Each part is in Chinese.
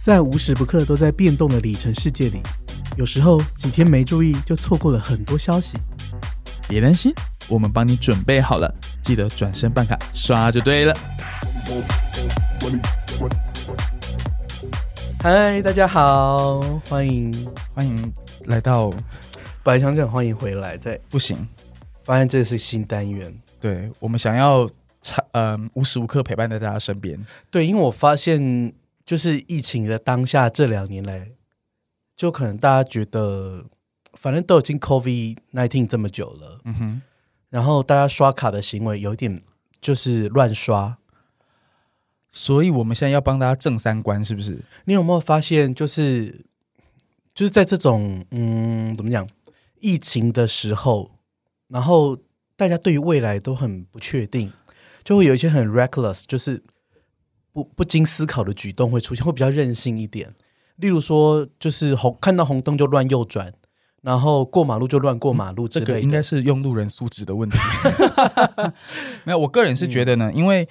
在无时不刻都在变动的里程世界里，有时候几天没注意就错过了很多消息。别担心，我们帮你准备好了，记得转身办卡刷就对了。嗨，大家好，欢迎！欢迎来到，本来想讲欢迎回来，在不行，发现这是新单元。对我们想要长，嗯、无时无刻陪伴在大家身边。对，因为我发现就是疫情的当下，这两年来，就可能大家觉得，反正都已经 COVID nineteen 这么久了，嗯哼，然后大家刷卡的行为有点就是乱刷。所以我们现在要帮大家正三观，是不是？你有没有发现，就是就是在这种嗯，怎么讲，疫情的时候，然后大家对于未来都很不确定，就会有一些很 reckless，就是不不经思考的举动会出现，会比较任性一点。例如说，就是红看到红灯就乱右转，然后过马路就乱过马路之嗯这类的。个应该是用路人素质的问 题。 没有，我个人是觉得嗯呢，因为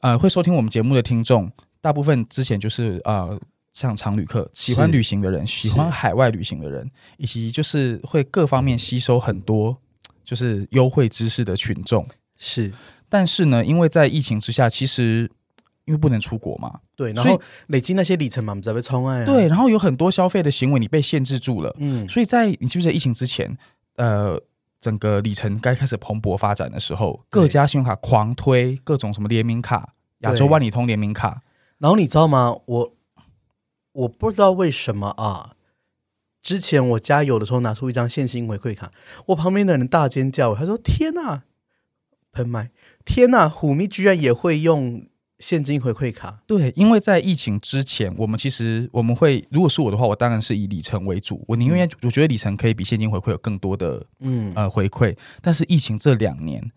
呃，会收听我们节目的听众，大部分之前就是呃，像常旅客，喜欢是旅行的人，喜欢海外旅行的人，以及就是会各方面吸收很多就是优惠知识的群众。是但是呢，因为在疫情之下，其实因为不能出国嘛，对，然所以后累积那些里程嘛，我们才被冲爱、啊。对，，然后有很多消费的行为你被限制住了，嗯，所以在你记不记得疫情之前，呃，整个里程该开始蓬勃发展的时候，对各家信用卡狂推各种什么联名卡、亚洲对万里通联名卡，然后你知道吗？我我不知道为什么啊，之前我加油的时候拿出一张现金回馈卡，我旁边的人大尖叫，他说：“天呐、喷麦！天呐、虎咪居然也会用现金回馈卡。对，因为在疫情之前，我们其实我们会，如果是我的话，我当然是以里程为主，我宁愿、我觉得里程可以比现金回馈有更多的”嗯，呃回馈，但是疫情这两年，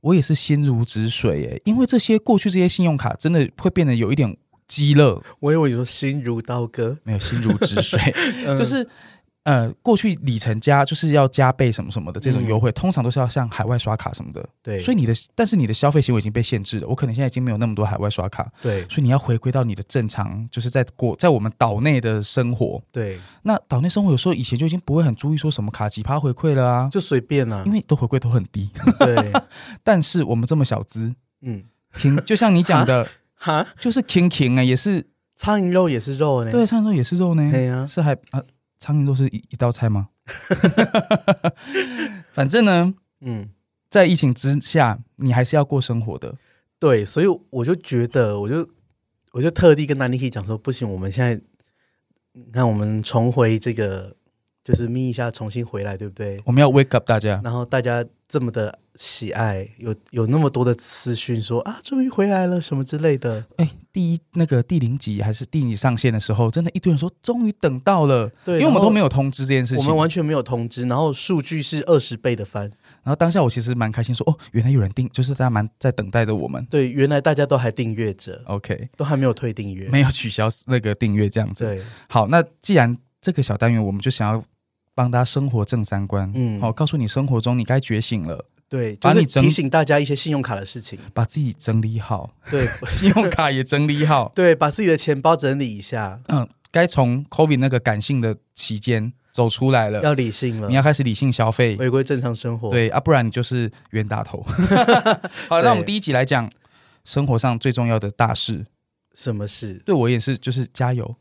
我也是心如止水诶，因为这些过去这些信用卡真的会变得有一点鸡肋，我以为你说心如刀割，没有心如止水，嗯就是呃过去里程加就是要加倍什么什么的这种嗯优惠，通常都是要像海外刷卡什么的，对，所以你的但是你的消费行为已经被限制了，我可能现在已经没有那么多海外刷卡。对所以你要回归到你的正常，就是在国在我们岛内的生活。对，那岛内生活有时候以前就已经不会很注意说什么卡几趴回馈了啊，就随便啦、因为都回馈都很低。 对，但是我们这么小资，嗯，挺就像你 讲的，哈，就是 king king 啊，也是苍蝇肉也是肉呢。对，上周也是肉呢，对呀是还啊，苍蝇肉是一一道菜吗？ 反正呢，嗯，在疫情之下，你还是要过生活的。对，所以我就觉得，我就我就特地跟 Nike 讲说，不行，我们现在，你看我们重回这个，就是眯一下，重新回来，对不对？我们要 wake up 大家，然后大家这么的喜爱，有有那么多的私讯说啊，终于回来了什么之类的，哎，第一那个第零集还是第你上线的时候，真的一堆人说终于等到了，对因为然我们后都没有通知这件事我情。们完全没有通知，然后数据是二十倍的翻，然后当下我其实蛮开心说，哦，原来有人订，就是大家蛮在等待着我们。对，原来大家都还订阅着， OK，都还没有退订阅，没有取消那个订阅这样子。对，好，那既然这个小单元，我们就想要帮大家生活正三观，嗯嗯，好、告诉你生活中你该觉醒了，对，就把是你整提醒大家一些信用卡的事情，把自己整理好， 对信用卡也整理好，对，把自己的钱包整理一下，嗯，该从 COVID 那个感性的期间走出来了，要理性了你。要开始理性消费，回归正常生活。，对啊，不然你就是冤大头。 好，那我们第一集来讲生活上最重要的大事，什么事？对我也是，就是加油，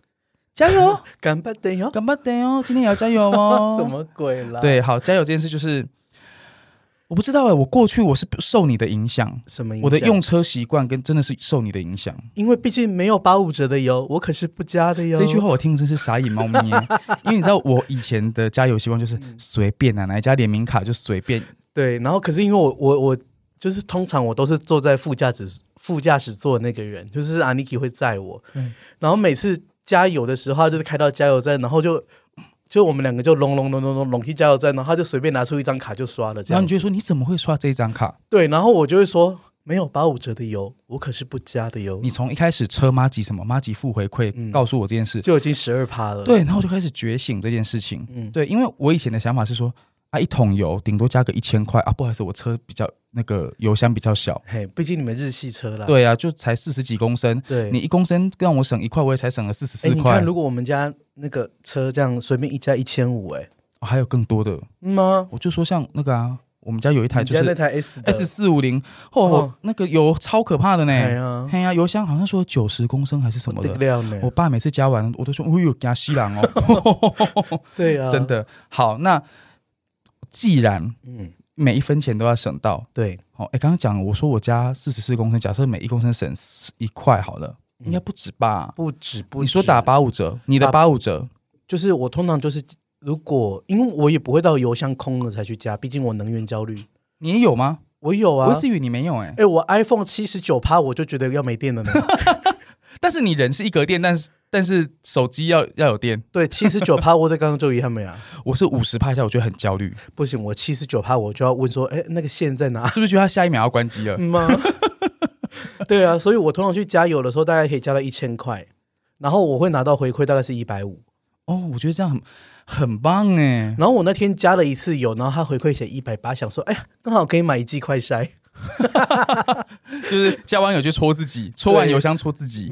加油，干巴的哟， 干巴得哦，今天也要加油哦， 什么鬼啦？，对，好，加油这件事就是，我不知道哎、我过去我是受你的影响，什么影响？我的用，车习惯跟真的是受你的影响。因为毕竟没有八五折的油，我可是不加的哟。这句话我听真是傻眼猫咪 耶，因为你知道我以前的加油习惯就是随便啊，哪一家联名卡就随便。对，然后可是因为我我我就是通常我都是坐在副驾驶副驾驶座的那个人，就是阿尼基会载我，嗯然后每次加油的时候，他就是开到加油站，然后就。就我们两个就隆隆隆隆隆隆去加油站，然后他就随便拿出一张卡就刷了，这然后样你就会说你怎么会刷这张卡？对，然后我就会说没有八五折的油，我可是不加的油，嗯你从一开始车妈几什么妈几付回嗯馈告诉我这件事，就已经十二趴了。对，然后我就开始觉醒这件事情。嗯对，因为我以前的想法是说啊，一桶油顶多加个一千块啊，不好意思，我车比较那个油箱比较小。嘿，毕竟你们日系车啦，对啊，就才四十几公升，对，你一公升让我省一块，我也才省了四十哎，四你块看，如果我们家那个车这样随便一加一千五，哎，哦还有更多的。嗯吗？我就说像那个啊，我们家有一台你就家那是台 S 的 S 四五零，哦哦，那个油超可怕的哎呢。呀，嘿呀、油箱好像说九十公升还是什么不得的。了呢我，爸每次加完，我都说：“哦呦，加西 郎哦，对啊，真，的好。”那既然嗯，每一分钱都要省到，对，好、哎，刚刚讲我说我加四十四公升，假设每一公升省一块好了，嗯应该不止吧？不止不止，你说打八五折，你的打八五折，就是我通常就是，如果因为我也不会到油箱空了才去加，毕竟我能源焦虑。你也有吗？我有啊我一，直以为你没有哎、哎，我 iPhone 七十九趴我就觉得要没电了 呢。但是你人是一格电，但是但是手机要要有电。对，七十九趴我在刚刚就遗憾没啊，我是五十趴下，我觉得很焦虑，不行，我七十九趴我就要问说，哎，那个线在哪？是不是觉得他下一秒要关机了？嗯 吗？对啊，所以我通常去加油的时候，大概可以加到一千块，然后我会拿到回馈大概是一百五。哦，我觉得这样很很棒哎，然后我那天加了一次油，然后他回馈写一百八，想说，哎呀，刚好可以买一季快筛。就是加完油就戳自己，戳完油箱戳自己。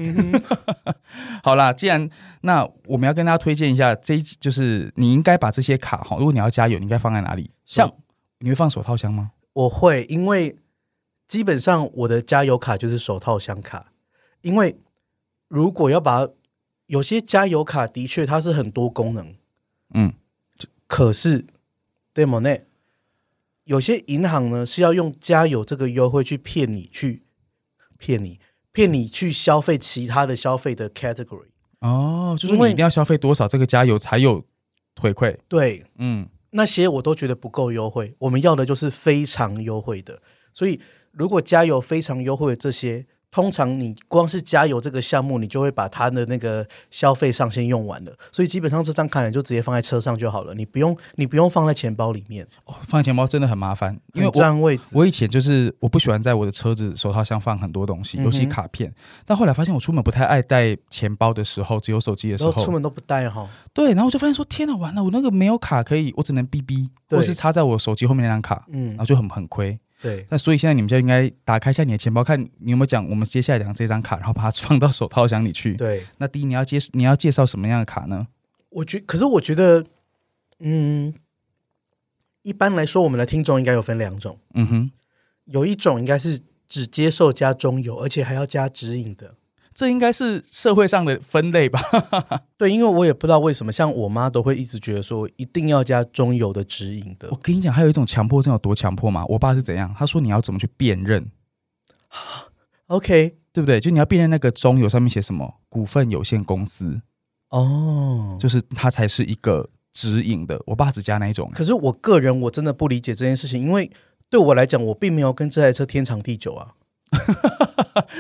好啦，既然那我们要跟大家推荐一下这一集，就是你应该把这些卡哈，如果你要加油，你应该放在哪里？像你会放手套箱吗？我会，因为基本上我的加油卡就是手套箱卡，因为如果要把有些加油卡的确它是很多功能，嗯，可是 demo 内有些银行呢是要用加油这个优惠去骗你去骗你骗你去消费其他的消费的 category。哦，就是因你为一定要消费多少这个加油才有回馈。对，嗯，那些我都觉得不够优惠，我们要的就是非常优惠的。所以如果加油非常优惠的这些，通常你光是加油这个项目，你就会把它的那个消费上限用完了。所以基本上这张卡你就直接放在车上就好了，你不用你不用放在钱包里面，哦，放钱包真的很麻烦，因为很我占位置。我以前就是我不喜欢在我的车子手套箱放很多东西，嗯哼尤其卡片。但后来发现我出门不太爱带钱包的时候，只有手机的时然后出候，门都不带哈，对，然后我就发现说天哪，完了，我那个没有卡可以，我只能 BB 对或是插在我手机后面那张卡，嗯然后，就很很亏。对，那所以现在你们就应该打开一下你的钱包，看你有没有讲我们接下来讲这张卡，然后把它放到手套箱里 去。对，那第一，你要介你要介绍什么样的卡呢？我觉，可是我觉得，嗯，一般来说，我们的听众应该有分两种，嗯哼，有一种应该是只接受加中油，而且还要加指引的，这应该是社会上的分类吧？对，因为我也不知道为什么，像我妈都会一直觉得说一定要加中油的指引的 我跟你讲，还有一种强迫症有多强迫嘛？我爸是怎样？他说你要怎么去辨认。 ，OK，对不对？就你要辨认那个中油上面写什么股份有限公司，哦。就是它才是一个指引的。我爸只加那一种， 可是我个人我真的不理解这件事情，因为对我来讲，我并没有跟这台车天长地久啊。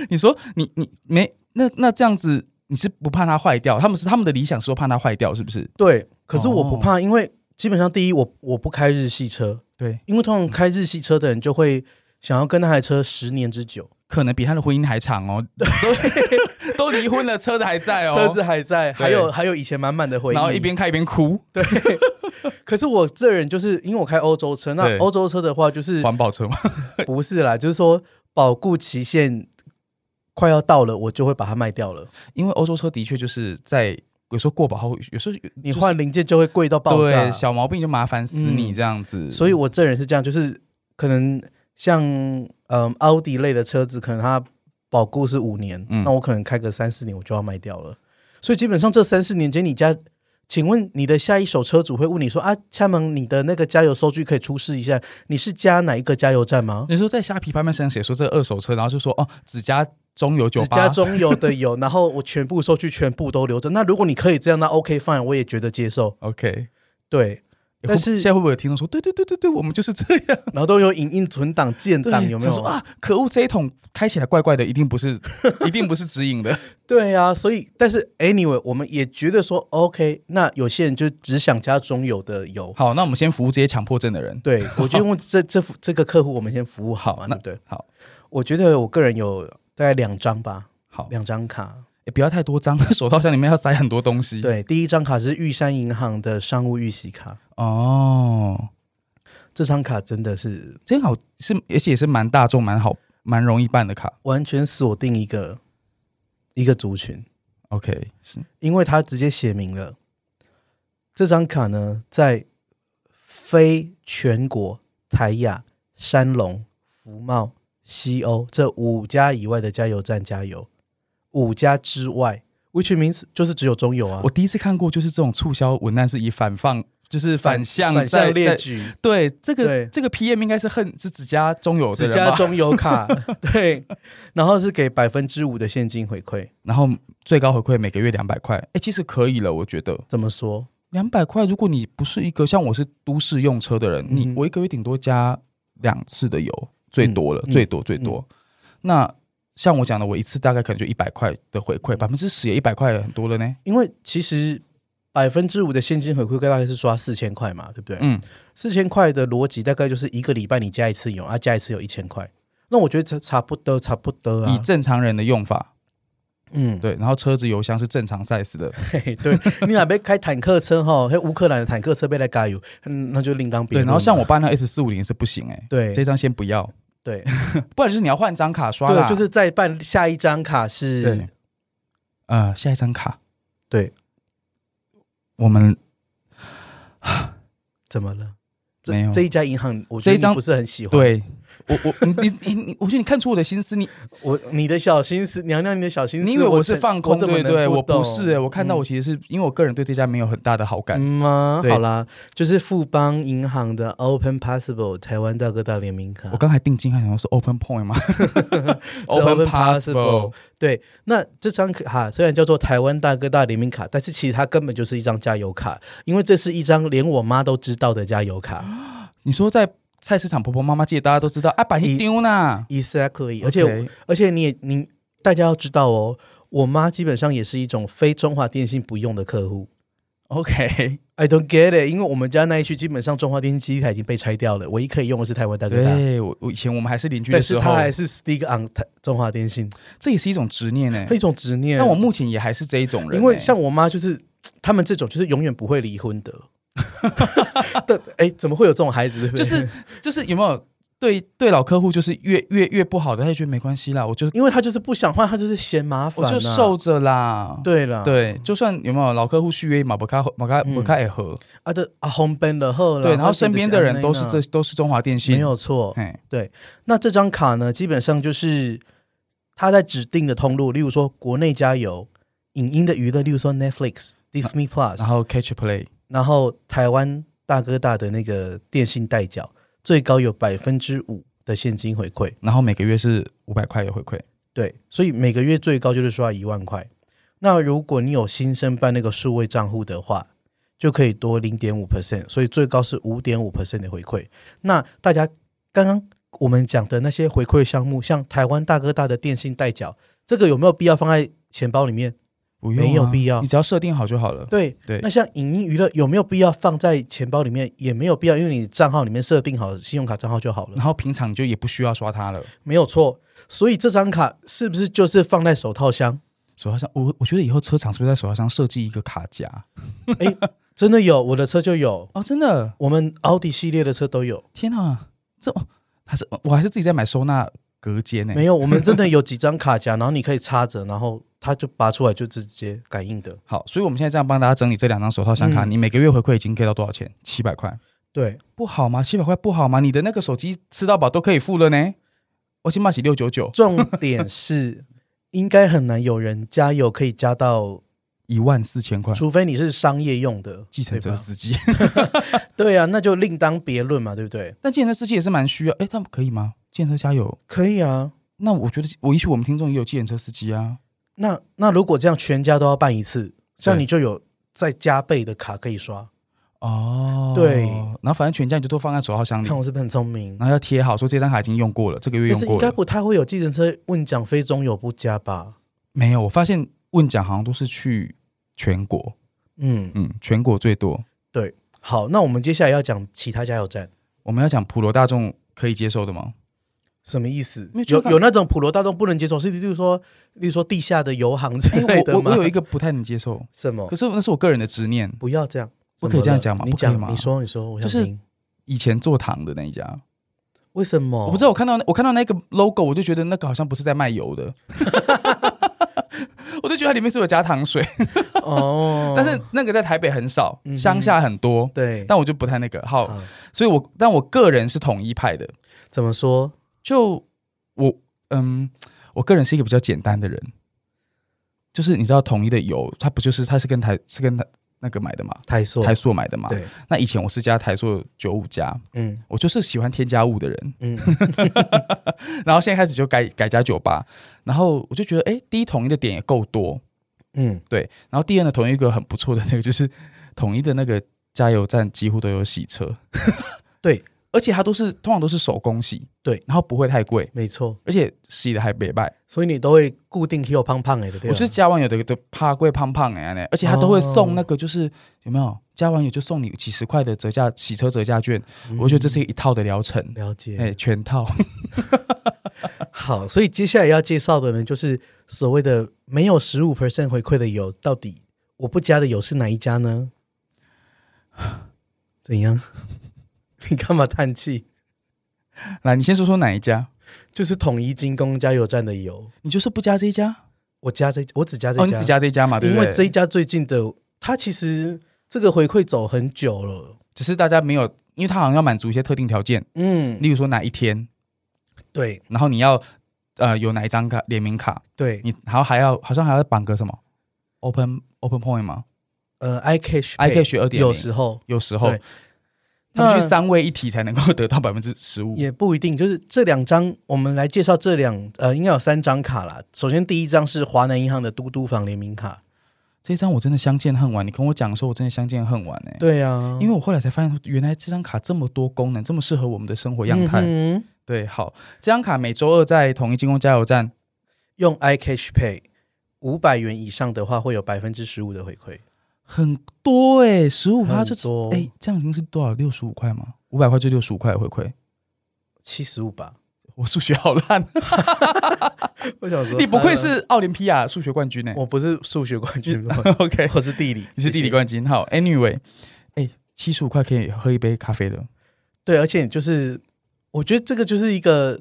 你说你你没那那这样子，你是不怕它坏掉？他们是他们的理想是说怕它坏掉，是不是？对，可是我哦不怕，因为基本上第一，我我不开日系车，对，因为通常开日系车的人就会想要跟那台车十年之久，可能比他的婚姻还长 哦，都都离婚了，车子还在哦，车子还在，还对有还有以前满满的回忆。然后一边开一边哭，对，可是我这人就是因为我开欧洲车，那对欧洲车的话就是环保车嘛， 不是啦，就是说保固期限快要到了，我就会把它卖掉了。 因为欧洲车的确就是在有时候过保后，有时候你就是换零件就会贵到爆炸对，小毛病就麻烦死你这样子，所以我这人是这样，就是可能像嗯奥迪类的车子，可能它保固是五年，嗯那我可能开个三四年我就要卖掉了。所以基本上这三四年间，你家，请问你的下一手车主会问你说啊，恰门你的那个加油收据可以出示一下，你是加哪一个加油站吗？ 你说在虾皮拍卖市场写说这二手车，然后就说哦，只加中油九只八加，中油的 油，然后我全部收据全部都留着。那如果你可以这样，那 OK fine，我也觉得接受。 OK。对，但会不是现在会不会有听众说，对对对对对，我们就是这样？然后都有影音存档、建对档，有没想有说？啊？可恶，这一桶开起来怪怪的，一定不是，一定不是指引的。对啊，所以但是 anyway，我们也觉得说 OK，那有些人就只想加中油的油。好，那我们先服务这些强迫症的人。 对，我觉得问这这这个客户，我们先服务好好啊，那对不对？好，我觉得我个人有大概两张吧，好，两张卡。也不要太多张，手套箱里面要塞很多东西。，对，第一张卡是玉山银行的商务预习卡，哦，这张卡真的是真好是，而且也是蛮大众、蛮好、蛮容易办的卡。完全锁定一个一个族群， OK，是因为他直接写明了这张卡呢，在非全国台亚、山龙、福茂、西欧这五家以外的加油站加油，五家之外，which means 就是只有中油啊我，第一次看过，就是这种促销文案是以反放，就是反向反在向列。在举，对，这个对这个 PM 应该是恨是只加中友的只人加吧？中油 卡，对，然后是给百分之五的现金回馈，然后最高回馈每个月两百块，哎，其实可以了，我觉得怎么说？两百块，如果你不是一个像我是都市用车的人，你嗯我一个月顶多加两次的油，最多了，嗯最多最多。那像我讲的，我一次大概可能就一百块的回嗯馈，百分之十也一百块，很多了呢。因为其实百分之五的现金回馈大概是刷四千块嘛，对不啊对？嗯，四千块的逻辑大概就是一个礼拜你加一次油啊，加一次有一千块。那我觉得差差不多，差不多以啊。正常人的用法，嗯，对，然后车子油箱是正常 size 的，对 对，你哪边开坦克车哈，还有乌克兰的坦克车被来加油，嗯那就另当别对，论。然后像我爸那 S 四五零是不行哎、对这张先不要，对不然就是你要换张卡刷啦，对，就是再办下一张卡对是，呃，下一张卡，对，我们怎么了？没有这这一家银行，我觉这一得张你不是很喜欢。对我我你你你，我觉得你看出我的心思，你我你的小心思，娘娘你的小心思，你以为我是放空，怎么对能对，我懂不是、欸，我看到我其实是因为我个人对这家没有很大的好感，嗯吗？对好啦，就是富邦银行的 Open Possible 台湾大哥大联名卡我。刚才定睛还想说是 Open Point 吗 Open Possible 对，那这张卡虽然叫做台湾大哥大联名卡，但是其实它根本就是一张加油卡，因为这是一张连我妈都知道的加油卡。你说在菜市场婆婆妈妈界，大家都知道啊，把你一丢呢， Exactly，而且 OK 而且你也你大家要知道哦，我妈基本上也是一种非中华电信不用的客户。 OK， I don't get it，因为我们家那一区基本上中华电信机台已经被拆掉了，唯一可以用的是台湾大哥大，对我我以前我们还是邻居的但时是候，它还是 stick on 台中华电信，这也是一种执念呢、一种执念。但我目前也还是这一种人欸、因为像我妈就是他们这种，就是永远不会离婚的。 对，哎，怎么会有这种孩子？对不对就是就是有没有对对老客户就是越越越不好的，他就觉得没关系啦，我就 因为他就是不想换，他就是嫌麻烦、我啊，就受着啦。对啦，对，就算有没有老客户续约，马不卡马卡嗯马卡也合，啊的啊，红奔了后啦对，然后身边的人都是啊这都是中华电信，没有错。哎，那这张卡呢，基本上就是他在指定的通路，例如说国内加油、影音的娱乐，例如说 Netflix、Disney Plus，然后 Catch Play，然后台湾大哥大的那个电信代缴，最高有百分之五的现金回馈。然后每个月是五百块的回馈，对，所以每个月最高就是刷一万块。那如果你有新生办那个数位账户的话，就可以多零点五 percent，所以最高是五点五 percent 的回馈。那大家刚刚我们讲的那些回馈项目，像台湾大哥大的电信代缴，这个有没有必要放在钱包里面？不用啊没有必要你只要设定好就好了。对，对那像影音娱乐有没有必要放在钱包里面？也没有必要，因为你账号里面设定好信用卡账号就好了，然后平常你就也不需要刷它了，没有错。所以这张卡是不是就是放在手套箱？手套上我我觉得以后车厂是不是在手套上设计一个卡夹？真的有，我的车就有。哦，真的，我们奥迪系列的车都有，天啊，这哦还是我还是自己在买收纳隔间呢、没有，我们真的有几张卡夹，然后你可以插着，然后它就拔出来就直接感应的。好，所以我们现在这样帮大家整理这两张手套箱卡，嗯你每个月回馈已经给到多少钱？七百块，对，不好吗？七百块不好吗？你的那个手机吃到饱都可以付了呢，我起码起六九九，重点是应该很难有人加油可以加到，一万四千块。除非你是商业用的计程对车吧司机， 对啊，那就另当别论嘛，对不对？但计程车司机也是蛮需要，哎，他们可以吗？计程车加油，可以啊。那我觉得我也许我们听众也有计程车司机啊，那那如果这样全家都要办一次，这样对你就有再加倍的卡可以刷。哦，对然后反正全家你就都放在手套箱里看，我是不是很聪明？然后要贴好，说这张卡已经用过了，这个但月嗯用是应过该了，不太会有计程车问蒋非中有不加吧？没有，我发现问奖好像都是去全国，嗯，嗯，全国最多。好，那我们接下来要讲其他加油站。我们要讲普罗大众可以接受的吗？什么意思没有？就有是有那种普罗大众不能接受，是例如说，例如说地下的油行之哎类我的我吗？我有一个不太能接受， 什么可？是那是我个人的执念。不要这样，不可以这样怎么讲了吗你不可以讲，吗你说，你说，我就想是听。以前做糖的那一家，为什么？我不知道。我看到那我看到那个 logo，我就觉得那个好像不是在卖 油的，我就觉得它里面是有加糖水，，哦 但是那个在台北很少嗯，哼乡下很多，对，但我就不太那个好，好所以我但我个人是统一派的，怎么说？就我嗯，我个人是一个比较简单的人，就是你知道统一的油，它不就是它是跟台是跟那那个买的嘛，台塑，台塑买的嘛。对，那以前我是加台塑九五加，嗯我就是喜欢添加物的人， 嗯， 然后现在开始就改改加九八，然后我就觉得哎，诶第一统一的点也够多，嗯，对，然后第二呢，统一一个很不错的那个就是 统一的那个加油站几乎都有洗车，对，而且它都是通常都是手工洗，对，然后不会太贵，没错。而且洗的还别卖。所以你都会固定 Q 胖胖哎的，对我吧？觉得加完油的都怕贵胖胖哎、欸，而且他都会送那个，就是、有没有加完油就送你几十块的折价洗车折价券，我觉得这是一套的疗程，嗯了哎、解。全套。好，所以接下来要介绍的呢，就是所谓的没有十五 percent 回馈的油，到底我不加的油是哪一家呢？ 怎样？ 你干嘛叹气？来，你先说说哪一家？就是统一精工加油站的油，你就是不加这一家我加这，我只加这哦，你家，只加这一家嘛，对因不为这对？一家最近的，它其实这个回馈走很久了。只是大家没有，因为他好像要满足一些特定条件，嗯，例如说哪一天，对然后你要呃有哪一张卡联名卡，对，你然后还要好像还要绑个什么 open open point 吗？呃，i cash i cash 2.0有时候有时候对他们去那三位一体才能够得到百分之十五，也不一定，就是这两张，我们来介绍这两呃，应该有三张卡啦。首先第一张是华南银行的嘟嘟房联名卡，这一张我真的相见恨晚，你跟我讲说，我真的相见恨晚哎、对啊，因为我后来才发现，原来这张卡这么多功能，这么适合我们的生活样态。嗯哼对，好，这张卡每周二在统一金工加油站，用 i cash pay 五百元以上的话，会有百分之十五的回馈，很多哎、欸，十五趴很就多哎、这样已经是多少？六十五块吗？五百块就六十五块的回馈。七十五吧。 我数学好烂，我想说， 你不愧呃是奥林匹亚数学冠军呢、欸我不是数学冠军， OK，我是地理，你是地理冠军。好，Anyway，哎、七十五块可以喝一杯咖啡的。对，而且就是我觉得这个就是一个，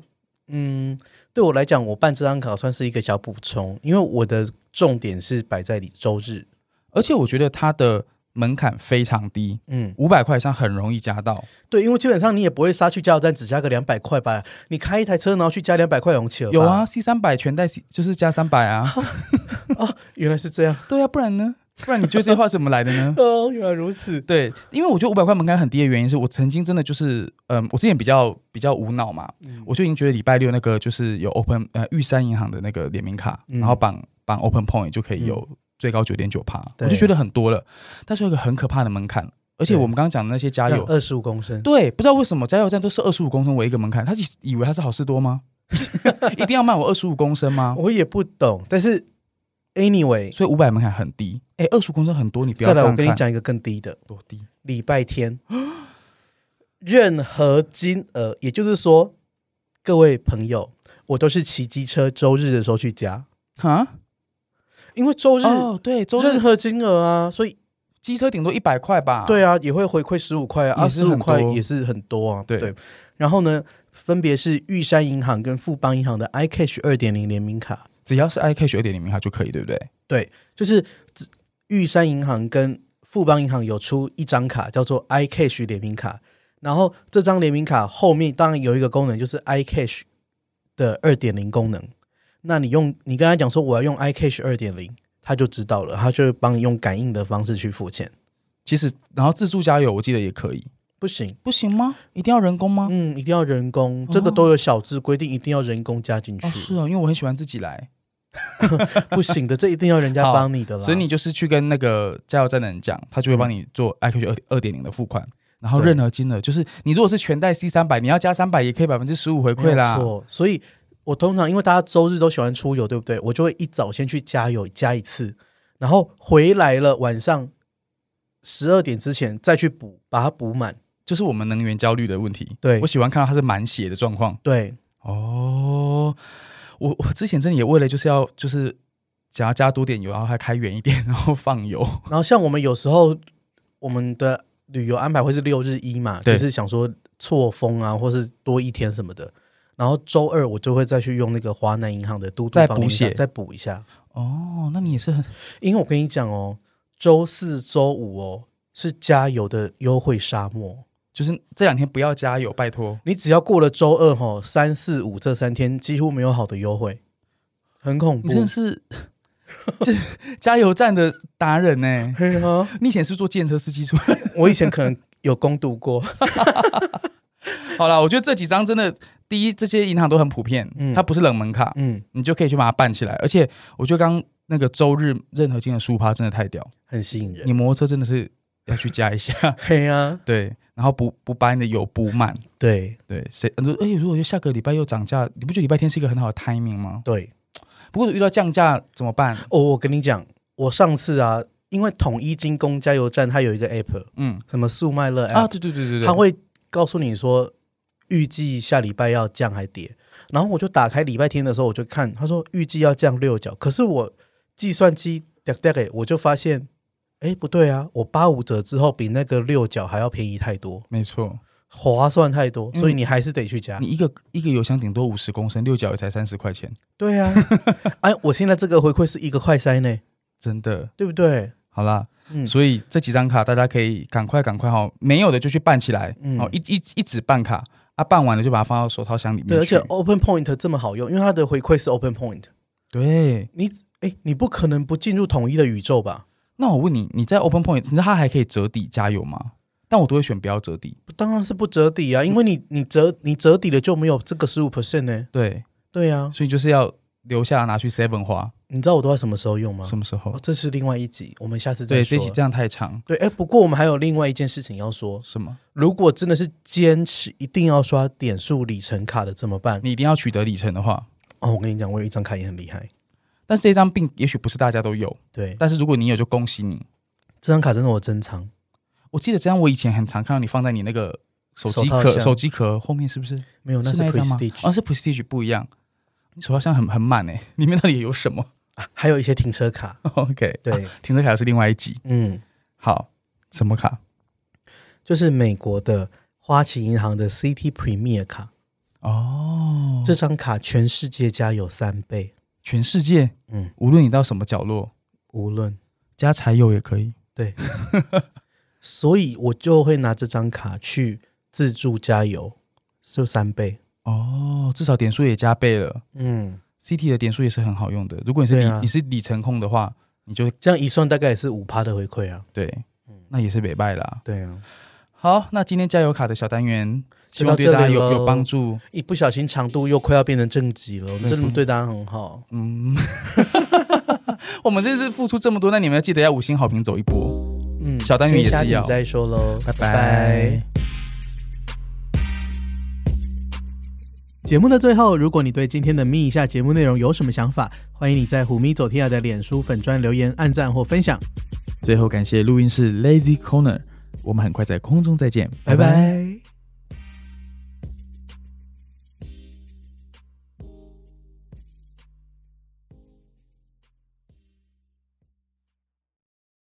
嗯，对我来讲，我办这张卡算是一个小补充，因为我的重点是摆在你周日，而且我觉得它的门槛非常低，嗯，五百块以上很容易加到。对，因为基本上你也不会杀去加油站只加个两百块吧，你开一台车然后去加两百块容器了吧有啊，，C 三百全带 C 就是加三百 啊。原来是这样，？对啊，不然呢？不然你觉得这些话怎么来的呢 哦，原来如此，对，因为我觉得五百块门槛很低的原因是我曾经真的就是，嗯，我之前比较比较无脑嘛，嗯我就已经觉得礼拜六那个就是有 Open 呃玉山银行的那个联名卡，嗯然后绑绑 Open Point 就可以有最高九点九趴，对我就觉得很多了。但是有一个很可怕的门槛，而且对我们刚刚讲的那些 加还油有，二十五公升，对，不知道为什么加油站都是二十五公升为一个门槛，他以以为他是好事多吗？ 一定要卖我二十五公升吗？我也不懂，但是 anyway，所以五百门槛很低。哎，二十公升很多，你 不要再这来样我跟你看讲一个更低的，多低。礼拜天，任何金额，也就是说，各位朋友，我都是骑机车周日的时候去加，哈，因为周日、哦，对，周任日何金额啊，所以机车顶多一百块吧？，对啊，也会回馈十五块啊，也二是十很五块多也是很多啊。对然后呢，分别是玉山银行跟富邦银行的 iCash 二点零联名卡，只要是 iCash 二点零名卡就可以，对不对？就是只玉山银行跟富邦银行有出一张卡叫做 iCash 联名卡，然后这张联名卡后面当然有一个功能就是 iCash 的二点零功能。那你用你跟他讲说我要用 iCash 二点零，他就知道了，他就会帮你用感应的方式去付钱。其实，然后自助加油，我记得也可以，不行，不行吗？一定要人工吗？嗯，一定要人工，这个都有小字规定，一定要人工加进去。哦，是哦，因为我很喜欢自己来，不行的，这一定要人家好帮你的啦。所以你就是去跟那个加油站的人讲，他就会帮你做 iCash 二二点零的付款。然后对任何金额，就是你如果是全带 C 三百，你要加三百也可以百分之十五回没馈有啦。错，所以我通常因为大家周日都喜欢出游，对不对？我就会一早先去加油加一次，然后回来了晚上十二点之前再去补，把它补满。就是我们能源焦虑的问题。对我喜欢看到它是满血的状况。对，哦，我我之前真的也为了就是要就是想要加多点油，然后还开远一点，然后放油。然后像我们有时候我们的旅游安排会是六日一嘛，对就是想说错峰啊，或是多一天什么的。然后周二我就会再去用那个华南银行的嘟嘟再方便补银行血再补一下，哦，那你也是很因为我跟你讲哦，周四周五哦是加油的优惠沙漠，就是这两天不要加油，拜托。你只要过了周二吼、三四五这三天几乎没有好的优惠，很恐你真怖的。是这加油站的达人呢、嘿啊你以前是不是做建车司机出来？ 我以前可能有攻读过，好了，我觉得这几张真的，第一，这些银行都很普遍，嗯它不是冷门卡，嗯，你就可以去把它办起来。而且，我觉得刚刚那个周日任何金的速趴真的太屌，很吸引人。，你摩托车真的是要去加一下 嘿啊，对，然后不不把你的油补满，对对，谁很多哎，如果下个礼拜又涨价，你不觉得礼拜天是一个很好的 timing 吗？对，不过遇到降价怎么办？哦，我跟你讲，我上次啊，因为统一精工加油站它有一个 app，嗯什么速卖乐 app，、啊，对对对对对，它会告诉你说预计下礼拜要降还跌。然后我就打开礼拜天的时候，我就看他说预计要降六角，可是我计算机哒哒给我就发现，哎不对啊，我八五折之后比那个六角还要便宜太多，没错，划算太多，嗯所以你还是得去加。你一个一个油箱顶多五十公升，六角也才三十块钱，对啊， 哎，我现在这个回馈是一个快塞呢，真的。对不对？好啦，嗯，所以这几张卡大家可以赶快赶快哈，没有的就去办起来，嗯哦，一一一直办卡啊，办完了就把它放到手套箱里面去。对，而且 Open Point 这么好用，因为它的回馈是 Open Point，对，你哎，你不可能不进入统一的宇宙吧？那我问你，你在 Open Point，你知道它还可以折抵加油吗？但我都会选不要折抵。当然是不折抵啊，因为你你折你折抵了就没有这个十五 percent 呢。对，对啊，所以就是要留下拿去 Seven 花，你知道我都在什么时候用吗？什么时候哦，？这是另外一集，我们下次再对，说这。期这样太长，对，哎，不过我们还有另外一件事情要说，什么？如果真的是坚持一定要刷点数里程卡的怎么办？你一定要取得里程的话，哦，我跟你讲，我有一张卡也很厉害。但是这张病也许不是大家都有，对，但是如果你有就恭喜你。这张卡真的我珍藏，我记得这样，我以前很常看到你放在你那个手手机套壳、箱手机壳后面，是不是？没有，那是那一张吗 Prestige，、哦，是 Prestige 不一样。你手套箱很很满诶、欸 里面到底有什么 啊还有一些停车卡。 ？OK，对，停车卡又是另外一集。嗯，好，什么卡？就是美国的花旗银行的 CT Premier 卡，哦，这张卡全世界加有三倍。全世界，嗯，无论你到什么角落，无论。加柴油也可以。 所以我就会拿这张卡去自助加油，就三倍。哦，至少点数也加倍了。嗯， CT 的点数也是很好用的。如果你是里、对啊你是里程控的话，你就这样一算大概也是五趴的回馈啊。对嗯，那也是北拜啦。对啊，好，那今天加油卡的小单元，希就望到对这大家里有咯有帮助。一不小心长度又快要变成正极了，我们对真的不对大家很好。嗯， 我们这次付出这么多，那你们要记得要五星好评走一波。嗯，小单元也是先下集要再说喽，拜拜。节目的最后，如果你对今天的咪一下节目内容有什么想法，欢迎你在虎咪走天涯的脸书粉砖留言、按赞或分享。最后感谢录音室 Lazy Corner，我们很快在空中再见，拜拜